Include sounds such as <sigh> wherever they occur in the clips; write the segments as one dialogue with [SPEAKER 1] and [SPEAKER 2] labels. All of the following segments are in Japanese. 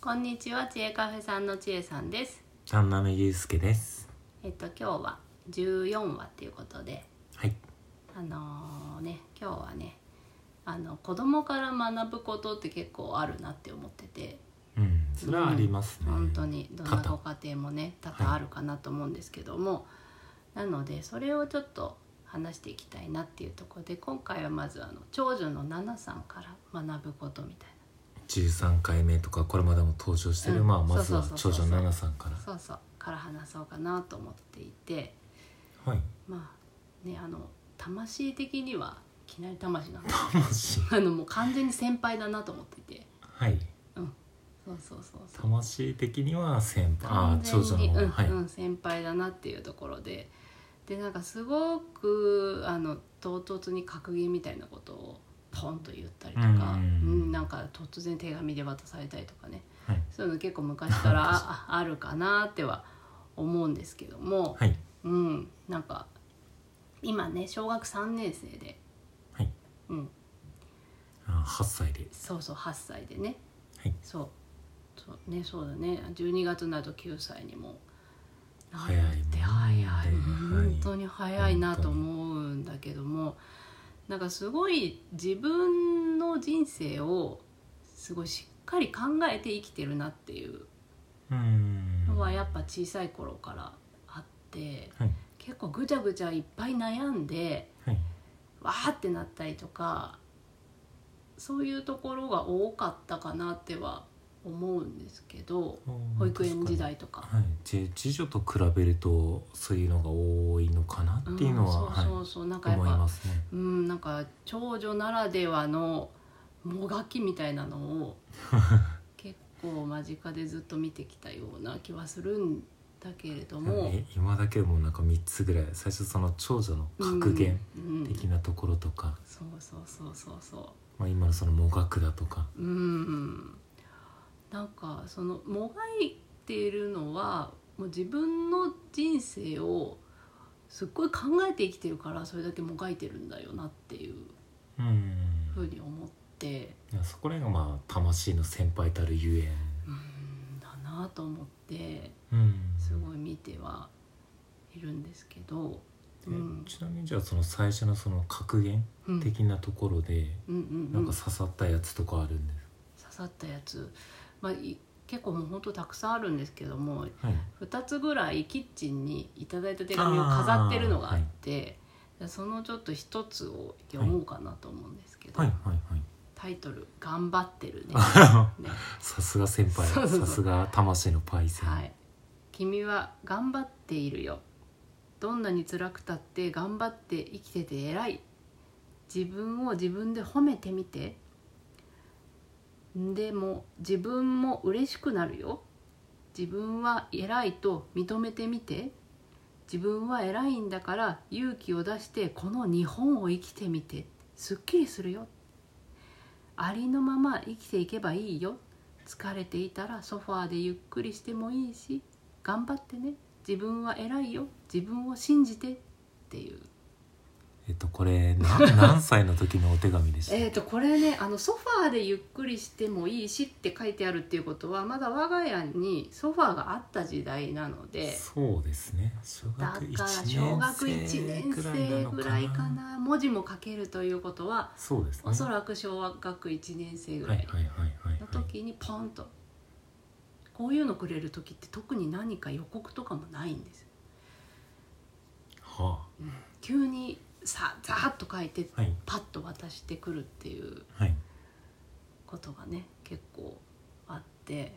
[SPEAKER 1] こんにちは、ちえカフェさんのちえさんです。
[SPEAKER 2] 三豆ゆうすけです
[SPEAKER 1] えっと今日は14話っていうことで、
[SPEAKER 2] はい
[SPEAKER 1] あのーね今日はね、あの子供から学ぶことって結構あるなって思ってて、
[SPEAKER 2] うんそれはありますね、
[SPEAKER 1] 本当にどんな
[SPEAKER 2] 多
[SPEAKER 1] ご
[SPEAKER 2] 々
[SPEAKER 1] 家庭もね多々あるかなと思うんですけども、なのでそれをちょっと話していきたいなっていうところで今回はまずあの長女のナナさんから学ぶことみたい
[SPEAKER 2] 13回目とかこれまでも登場してる、
[SPEAKER 1] うん
[SPEAKER 2] まあ、まずは
[SPEAKER 1] そうそう
[SPEAKER 2] 長
[SPEAKER 1] そうそう
[SPEAKER 2] 女奈々さんから
[SPEAKER 1] なそうそうから話そうかなと思っていて。
[SPEAKER 2] はい
[SPEAKER 1] まあねあの魂的にはいきなり魂なんだ <laughs>
[SPEAKER 2] 魂
[SPEAKER 1] あのもう完全に先輩だなと思っていて
[SPEAKER 2] はい
[SPEAKER 1] そうそうそうそう
[SPEAKER 2] 魂的には先輩ああ
[SPEAKER 1] 完
[SPEAKER 2] ー長女
[SPEAKER 1] 全に
[SPEAKER 2] の方、
[SPEAKER 1] うん、
[SPEAKER 2] はい、
[SPEAKER 1] うん、先輩だなっていうところででなんかすごくあの唐突に格言みたいなことをポンと言ったりとか、
[SPEAKER 2] う
[SPEAKER 1] うんんなんか突然手紙で渡されたりとかね
[SPEAKER 2] はい
[SPEAKER 1] そういうの結構昔から
[SPEAKER 2] <laughs>
[SPEAKER 1] ああるかなっては思うんですけども、
[SPEAKER 2] はい
[SPEAKER 1] うんなんか今ね小学3年生で、
[SPEAKER 2] はい
[SPEAKER 1] うん、
[SPEAKER 2] あー8歳で
[SPEAKER 1] そうそう8歳でね
[SPEAKER 2] はい
[SPEAKER 1] そうそうねそうだね12月になると9歳にも
[SPEAKER 2] 早いもんね
[SPEAKER 1] で早い
[SPEAKER 2] はい
[SPEAKER 1] 本当に早いなと思うんだけどもなんかすごい自分の人生をすごいしっかり考えて生きてるなっていう
[SPEAKER 2] うーん
[SPEAKER 1] のはやっぱ小さい頃からあって
[SPEAKER 2] はい
[SPEAKER 1] 結構ぐちゃぐちゃいっぱい悩んで
[SPEAKER 2] はい
[SPEAKER 1] わーってなったりとかそういうところが多かったかなっては思うんですけど
[SPEAKER 2] おー
[SPEAKER 1] 保育園時代とか
[SPEAKER 2] 確かにはいじ次女と比べるとそういうのが多いのかなっていうのは、
[SPEAKER 1] うん、そうそうそう、なんか
[SPEAKER 2] はい
[SPEAKER 1] やっ
[SPEAKER 2] 思いま
[SPEAKER 1] ぱ
[SPEAKER 2] すね
[SPEAKER 1] うんなんか長女ならではのもがきみたいなの
[SPEAKER 2] <laughs>
[SPEAKER 1] を結構間近でずっと見てきたような気はするんだけれども
[SPEAKER 2] え今だけでもなんか3つぐらい最初その長女の格言
[SPEAKER 1] うんうん
[SPEAKER 2] 的なところとか、
[SPEAKER 1] そうそうそうそうそう
[SPEAKER 2] まあ、今のそのもがくだとか
[SPEAKER 1] うんなんかそのもがいているのはもう自分の人生をすっごい考えて生きてるからそれだけもがいてるんだよなっていう
[SPEAKER 2] うん
[SPEAKER 1] ふうに思って
[SPEAKER 2] いやそこら辺がまあ魂の先輩たるゆえ
[SPEAKER 1] うんだなと思って
[SPEAKER 2] ん、うん、
[SPEAKER 1] すごい見てはいるんですけど、
[SPEAKER 2] え
[SPEAKER 1] うん
[SPEAKER 2] ちなみにじゃあその最初のその格言
[SPEAKER 1] うん、
[SPEAKER 2] 的なところで
[SPEAKER 1] うんうんう
[SPEAKER 2] なん
[SPEAKER 1] ん
[SPEAKER 2] か刺さったやつとかあるんです
[SPEAKER 1] 刺さったやつ、まあ、い結構もうほんとたくさんあるんですけども
[SPEAKER 2] か、はい
[SPEAKER 1] 2つぐらいキッチンにいただいた手紙を飾ってるのがあってそのちょっと一つを読もうかなと思うんですけど、
[SPEAKER 2] はいはい
[SPEAKER 1] タイトル「頑張ってるね」
[SPEAKER 2] <laughs> は
[SPEAKER 1] ね
[SPEAKER 2] い <laughs> さすが先輩
[SPEAKER 1] そうそうそう
[SPEAKER 2] さすが魂のパイセン、
[SPEAKER 1] はい「君は頑張っているよ」「どんなに辛くたって頑張って生きてて偉い」「自分を自分で褒めてみて」「でも自分も嬉しくなるよ」「自分は偉いと認めてみて」「自分は偉いんだから勇気を出してこの日本を生きてみて」「すっきりするよ」「ありのまま生きていけばいいよ」疲れていたらソファーでゆっくりしてもいいし頑張ってね自分は偉いよ自分を信じてっていう
[SPEAKER 2] えっとこれな何歳の時のお手紙でした、
[SPEAKER 1] えー、とこれねあのソファーでゆっくりしてもいいしって書いてあるっていうことはまだ我が家にソファーがあった時代なので
[SPEAKER 2] そうですね小
[SPEAKER 1] だか
[SPEAKER 2] 学
[SPEAKER 1] ら小学1年
[SPEAKER 2] 1年
[SPEAKER 1] 生
[SPEAKER 2] 生
[SPEAKER 1] ぐ
[SPEAKER 2] ぐ
[SPEAKER 1] ら
[SPEAKER 2] ら
[SPEAKER 1] い
[SPEAKER 2] い
[SPEAKER 1] か
[SPEAKER 2] かな
[SPEAKER 1] な文字も書けるということは
[SPEAKER 2] そうですね
[SPEAKER 1] おそらく小学1年生ぐ
[SPEAKER 2] は
[SPEAKER 1] ら
[SPEAKER 2] いはいいはいはいはい
[SPEAKER 1] の時にポンとこういうのくれる時って特に何か予告とかもないんですよ
[SPEAKER 2] は
[SPEAKER 1] 急にさざーっと書いて
[SPEAKER 2] あはい
[SPEAKER 1] パッと渡してくるっていう
[SPEAKER 2] はい
[SPEAKER 1] ことがね結構あって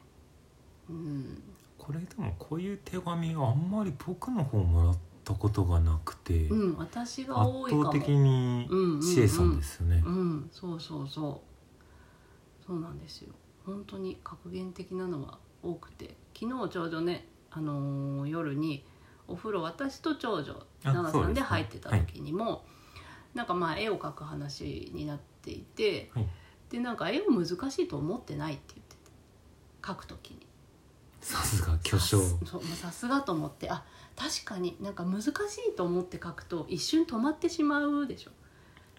[SPEAKER 1] うん
[SPEAKER 2] これでもこういう手紙あんまり僕の方もらったことがなくて、
[SPEAKER 1] うん私が多い
[SPEAKER 2] 圧
[SPEAKER 1] かも
[SPEAKER 2] 倒的に
[SPEAKER 1] うんうんうん
[SPEAKER 2] 知恵さんですよね、
[SPEAKER 1] うんそうそうそうそうなんですよ本当に格言的なのは多くて昨日ちょうどね、あのー夜にお風呂私と長女
[SPEAKER 2] あ
[SPEAKER 1] 奈
[SPEAKER 2] そ
[SPEAKER 1] 々さん
[SPEAKER 2] うですね
[SPEAKER 1] で入ってた時にも、なんかまあ絵を描く話になっていて、
[SPEAKER 2] はい
[SPEAKER 1] でなんか絵を難しいと思ってないって言ってた描く時に
[SPEAKER 2] さすが巨匠
[SPEAKER 1] さすそうもうさすがと思ってあ確かになんか難しいと思って書くと一瞬止まってしまうでしょ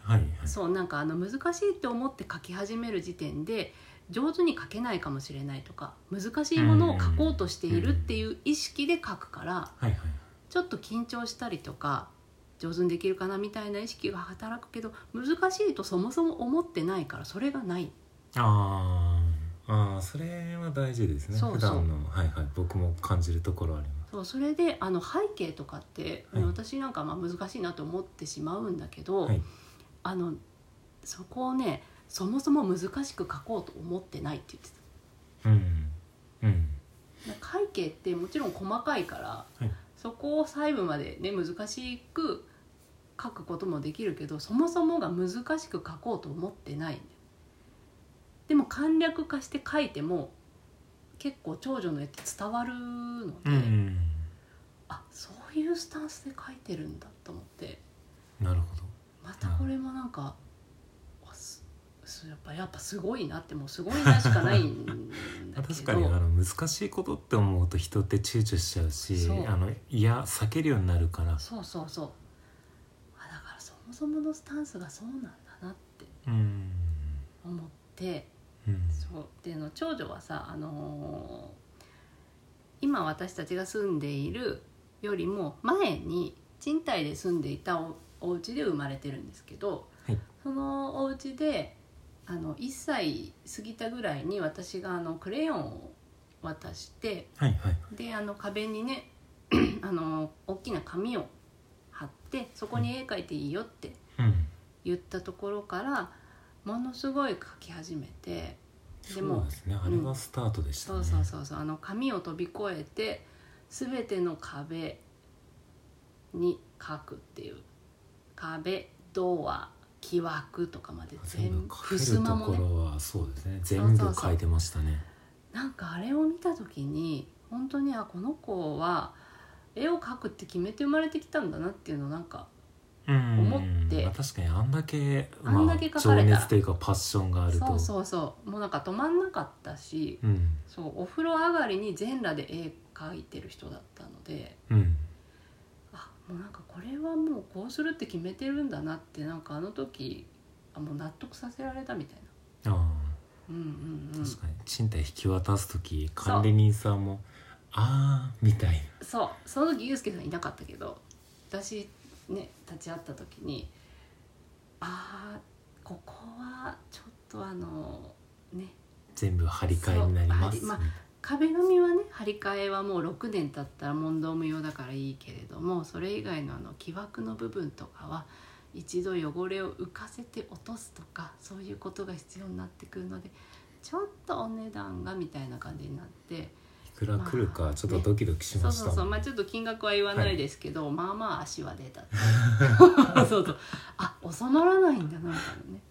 [SPEAKER 2] はいはい
[SPEAKER 1] そうなんかあの難しいって思って書き始める時点で上手に書けないかもしれないとか難しいものを書こうとしているっていう意識で書くから
[SPEAKER 2] はいはい
[SPEAKER 1] ちょっと緊張したりとか上手にできるかなみたいな意識が働くけど難しいとそもそも思ってないからそれがない
[SPEAKER 2] あーあーそれは大事ですね
[SPEAKER 1] そうそう
[SPEAKER 2] 普段のはいはい僕も感じるところありま
[SPEAKER 1] そうそれであの背景とかって、
[SPEAKER 2] はい
[SPEAKER 1] 私なんかまあ難しいなと思ってしまうんだけど、
[SPEAKER 2] はい
[SPEAKER 1] あのそこをねそもそも難しく書こうと思ってないって言ってた。
[SPEAKER 2] すうんうん
[SPEAKER 1] 背景ってもちろん細かいから、
[SPEAKER 2] い
[SPEAKER 1] そこを細部までね難しく書くこともできるけどそもそもが難しく書こうと思ってないでも簡略化して書いても結構長女の絵って伝わるので、
[SPEAKER 2] うん
[SPEAKER 1] あそういうスタンスで書いてるんだと思って
[SPEAKER 2] なるほど
[SPEAKER 1] またこれもなんか、あすすやっぱやっぱすごいなってもうすごいなしかないんだ
[SPEAKER 2] <laughs> あ
[SPEAKER 1] けど
[SPEAKER 2] 確かにあの難しいことって思うと人って躊躇しちゃうし
[SPEAKER 1] そう
[SPEAKER 2] あのいや避けるようになるから
[SPEAKER 1] そうそうそうあだからそもそものスタンスがそうなんだなって
[SPEAKER 2] うん
[SPEAKER 1] 思って
[SPEAKER 2] うん
[SPEAKER 1] そうでの長女はさ、あのー今私たちが住んでいるよりも前に賃貸で住んでいたおお家で生まれてるんですけど、
[SPEAKER 2] はい
[SPEAKER 1] そのお家であの1歳過ぎたぐらいに私があのクレヨンを渡して
[SPEAKER 2] はいはい
[SPEAKER 1] であの壁にね <clears throat> あの大きな紙を貼ってそこに絵描いていいよって
[SPEAKER 2] うん
[SPEAKER 1] 言ったところからものすごい描き始めてで
[SPEAKER 2] そう
[SPEAKER 1] も
[SPEAKER 2] ですねあれがスタートでした
[SPEAKER 1] そ
[SPEAKER 2] ね
[SPEAKER 1] うそうそうそうあの紙を飛び越えて全ての壁に描くっていう壁ドア木枠とかまで
[SPEAKER 2] 全
[SPEAKER 1] 全
[SPEAKER 2] 部
[SPEAKER 1] 部
[SPEAKER 2] 書けると
[SPEAKER 1] 襖も
[SPEAKER 2] こ
[SPEAKER 1] ね
[SPEAKER 2] ろはそうですね
[SPEAKER 1] うそう
[SPEAKER 2] 全部書いてましたね
[SPEAKER 1] なんかあれを見た時に本当にあこの子は絵を描くって決めて生まれてきたんだなっていうのをなんか
[SPEAKER 2] 思
[SPEAKER 1] 思って
[SPEAKER 2] 確かにあんだけ
[SPEAKER 1] あんだけ書
[SPEAKER 2] まあ、
[SPEAKER 1] かれ
[SPEAKER 2] 情
[SPEAKER 1] た
[SPEAKER 2] 熱というかパッションがあると
[SPEAKER 1] そうそうそうもうなんか止まんなかったし
[SPEAKER 2] うん
[SPEAKER 1] そうお風呂上がりに全裸で絵描いてる人だったので
[SPEAKER 2] うん
[SPEAKER 1] あもうなんかこれはもうこうするって決めてるんだなってなんかあの時あもう納得させられたみたいな
[SPEAKER 2] あ
[SPEAKER 1] うんうん
[SPEAKER 2] あ
[SPEAKER 1] うん
[SPEAKER 2] 確かに賃貸引き渡す時管理人さんも「ああ」みたいな
[SPEAKER 1] そうその時ユうスケさんいなかったけど私ね立ち会った時にああここはちょっとあのね
[SPEAKER 2] 全部張り替えになりま
[SPEAKER 1] そ
[SPEAKER 2] す、
[SPEAKER 1] う張り壁紙はね張り替えはもう6年経ったら問答無用だからいいけれどもそれ以外のあの木枠の部分とかは一度汚れを浮かせて落とすとかそういうことが必要になってくるのでちょっとお値段がみたいな感じになって
[SPEAKER 2] いくら来る
[SPEAKER 1] まあ
[SPEAKER 2] かちょっとドキドキし
[SPEAKER 1] そ
[SPEAKER 2] ま
[SPEAKER 1] う
[SPEAKER 2] した
[SPEAKER 1] そうそうまあ
[SPEAKER 2] もん
[SPEAKER 1] ちょっと金額は言わないですけど、まあまあ足は出たって
[SPEAKER 2] <laughs>
[SPEAKER 1] そうそうあ収まらないんだなみたいなね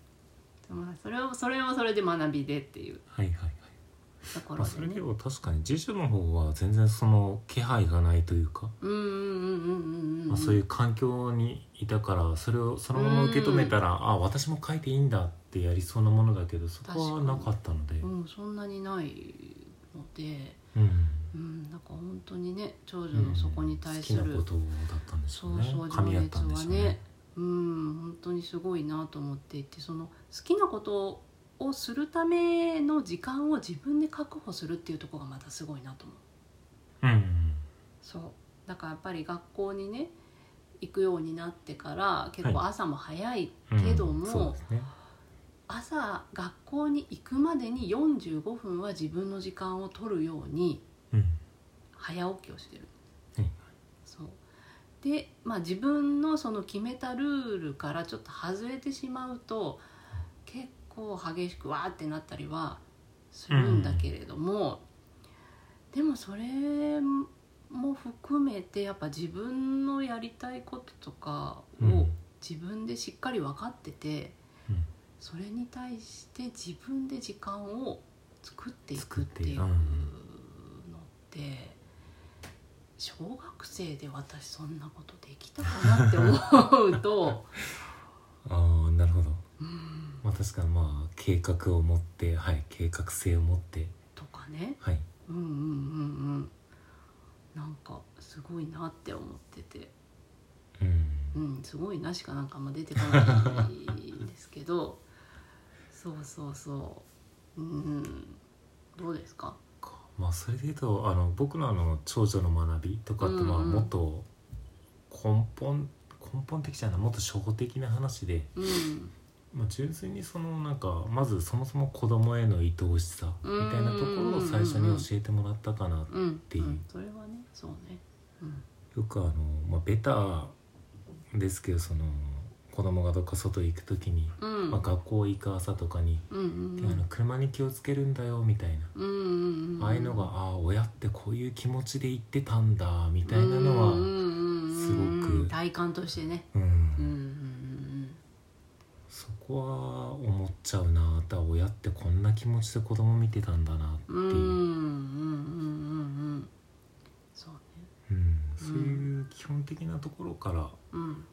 [SPEAKER 1] でもまあそれをそれをそれで学びでっていう
[SPEAKER 2] はいはいはい、
[SPEAKER 1] とこ
[SPEAKER 2] ま
[SPEAKER 1] ろ
[SPEAKER 2] あ、
[SPEAKER 1] で
[SPEAKER 2] それ
[SPEAKER 1] ね
[SPEAKER 2] では確かに辞書の方は全然その気配がないというか、
[SPEAKER 1] うんうんうんうんうんうん
[SPEAKER 2] まあ、そういう環境にいたからそれをそのまま受け止めたら、あ私も書いていいんだってやりそうなものだけどそこはなかったので、
[SPEAKER 1] うん、そんなにないので、
[SPEAKER 2] うん、
[SPEAKER 1] うん、なんか本当にね長女のそこに対する、
[SPEAKER 2] 好き
[SPEAKER 1] う
[SPEAKER 2] なことだったんでしょうね
[SPEAKER 1] そうそう
[SPEAKER 2] 噛み合ったんでしょうね
[SPEAKER 1] ん、本当にすごいなと思っていてその好きなことをするための時間を自分で確保するっていうところがまたすごいなと思う。
[SPEAKER 2] うん
[SPEAKER 1] そうだからやっぱり学校にね行くようになってから結構
[SPEAKER 2] は
[SPEAKER 1] 朝も早い
[SPEAKER 2] うん
[SPEAKER 1] けども、
[SPEAKER 2] そうですね
[SPEAKER 1] 朝学校に行くまでに45分は自分の時間を取るように
[SPEAKER 2] うん
[SPEAKER 1] 早起きをしてる、
[SPEAKER 2] はい
[SPEAKER 1] そうで、まあ、自分のその決めたルールからちょっと外れてしまうと結構激しくわーってなったりはするんだけれども、でもそれも含めてやっぱ自分のやりたいこととか
[SPEAKER 2] う
[SPEAKER 1] を
[SPEAKER 2] ん
[SPEAKER 1] 自分でしっかり分かってて、
[SPEAKER 2] うん
[SPEAKER 1] それに対して自分で時間を作っていくっていう
[SPEAKER 2] 作っていくう
[SPEAKER 1] のっ
[SPEAKER 2] ん
[SPEAKER 1] て小学生で私そんなことできたかなって思う
[SPEAKER 2] <laughs>
[SPEAKER 1] と
[SPEAKER 2] ああなるほど、
[SPEAKER 1] うん
[SPEAKER 2] まあ、確かにまあ計画を持ってはい計画性を持って
[SPEAKER 1] とかね
[SPEAKER 2] はい
[SPEAKER 1] うんうんうんうんなんかすごいなって思ってて
[SPEAKER 2] うん
[SPEAKER 1] うんすごいなしかなんかあんま出てこないですけどそうそうそううんどうですか
[SPEAKER 2] かまあそれで言うとあの僕のあの長女の学びとかってまあ
[SPEAKER 1] うんうん
[SPEAKER 2] もっと根本根本的じゃないもっと初歩的な話で、
[SPEAKER 1] うん
[SPEAKER 2] まあ、純粋にそのなんかまずそもそも子供への愛おしさみたいなところを最初に教えてもらったかな
[SPEAKER 1] うん、
[SPEAKER 2] ていう
[SPEAKER 1] うん、それはねそうねうん
[SPEAKER 2] よくあの、まあ、ベタですけどその子供がどっか外行く時に、
[SPEAKER 1] うん
[SPEAKER 2] まあ、学校行く朝とかに、
[SPEAKER 1] うんうん
[SPEAKER 2] あの車に気をつけるんだよみたいな、
[SPEAKER 1] うんうんうん
[SPEAKER 2] ああいうのがああ親ってこういう気持ちで行ってたんだみたいなのは、
[SPEAKER 1] うんうん
[SPEAKER 2] すご
[SPEAKER 1] うん
[SPEAKER 2] く
[SPEAKER 1] 体感としてね
[SPEAKER 2] うん
[SPEAKER 1] うんうん
[SPEAKER 2] そこは思っちゃうなあとは親ってこんな気持ちで子供見てたんだなってい
[SPEAKER 1] うんうんうんうんうん
[SPEAKER 2] う、
[SPEAKER 1] うんうんそうね
[SPEAKER 2] うんそういう基本的なところから
[SPEAKER 1] うん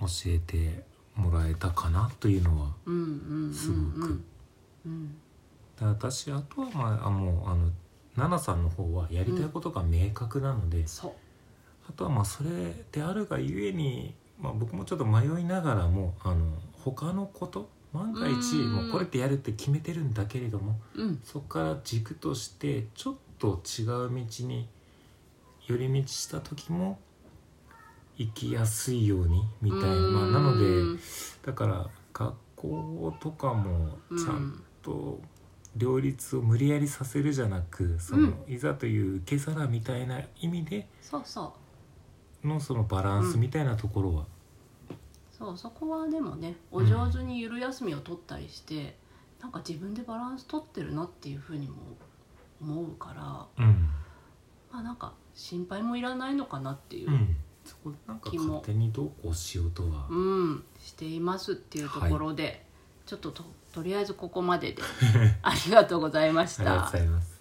[SPEAKER 2] 教えてもらえたかなというのは
[SPEAKER 1] うんうんうん
[SPEAKER 2] すごく
[SPEAKER 1] うん
[SPEAKER 2] で私あとは、まあ、あもうあの奈々さんの方はやりたいことが明確なので、
[SPEAKER 1] そ
[SPEAKER 2] あとはまあそれであるがゆえに、まあ、僕もちょっと迷いながらもあの他のこと万が一
[SPEAKER 1] うん
[SPEAKER 2] もうこれってやるって決めてるんだけれども
[SPEAKER 1] ううん
[SPEAKER 2] そこから軸としてちょっと違う道に寄り道した時も行きやすいようにみたいな、まあ、なのでだから学校とかもちゃんと両立を無理やりさせるじゃなくその、いざという受け皿みたいな意味で
[SPEAKER 1] そうそう
[SPEAKER 2] のそのバランスみたいなところは、
[SPEAKER 1] そうそこはでもねお上手にゆる休みを取ったりして、なんか自分でバランス取ってるなっていうふうにも思うから
[SPEAKER 2] うん
[SPEAKER 1] まあなんか心配もいらないのかなっていうう、
[SPEAKER 2] んそこなんか勝手にどうこうしようとは、
[SPEAKER 1] うんしていますっていうところで、ちょっとととりあえずここまででありがとうございまし
[SPEAKER 2] ありがとう
[SPEAKER 1] た
[SPEAKER 2] ご。ざいます。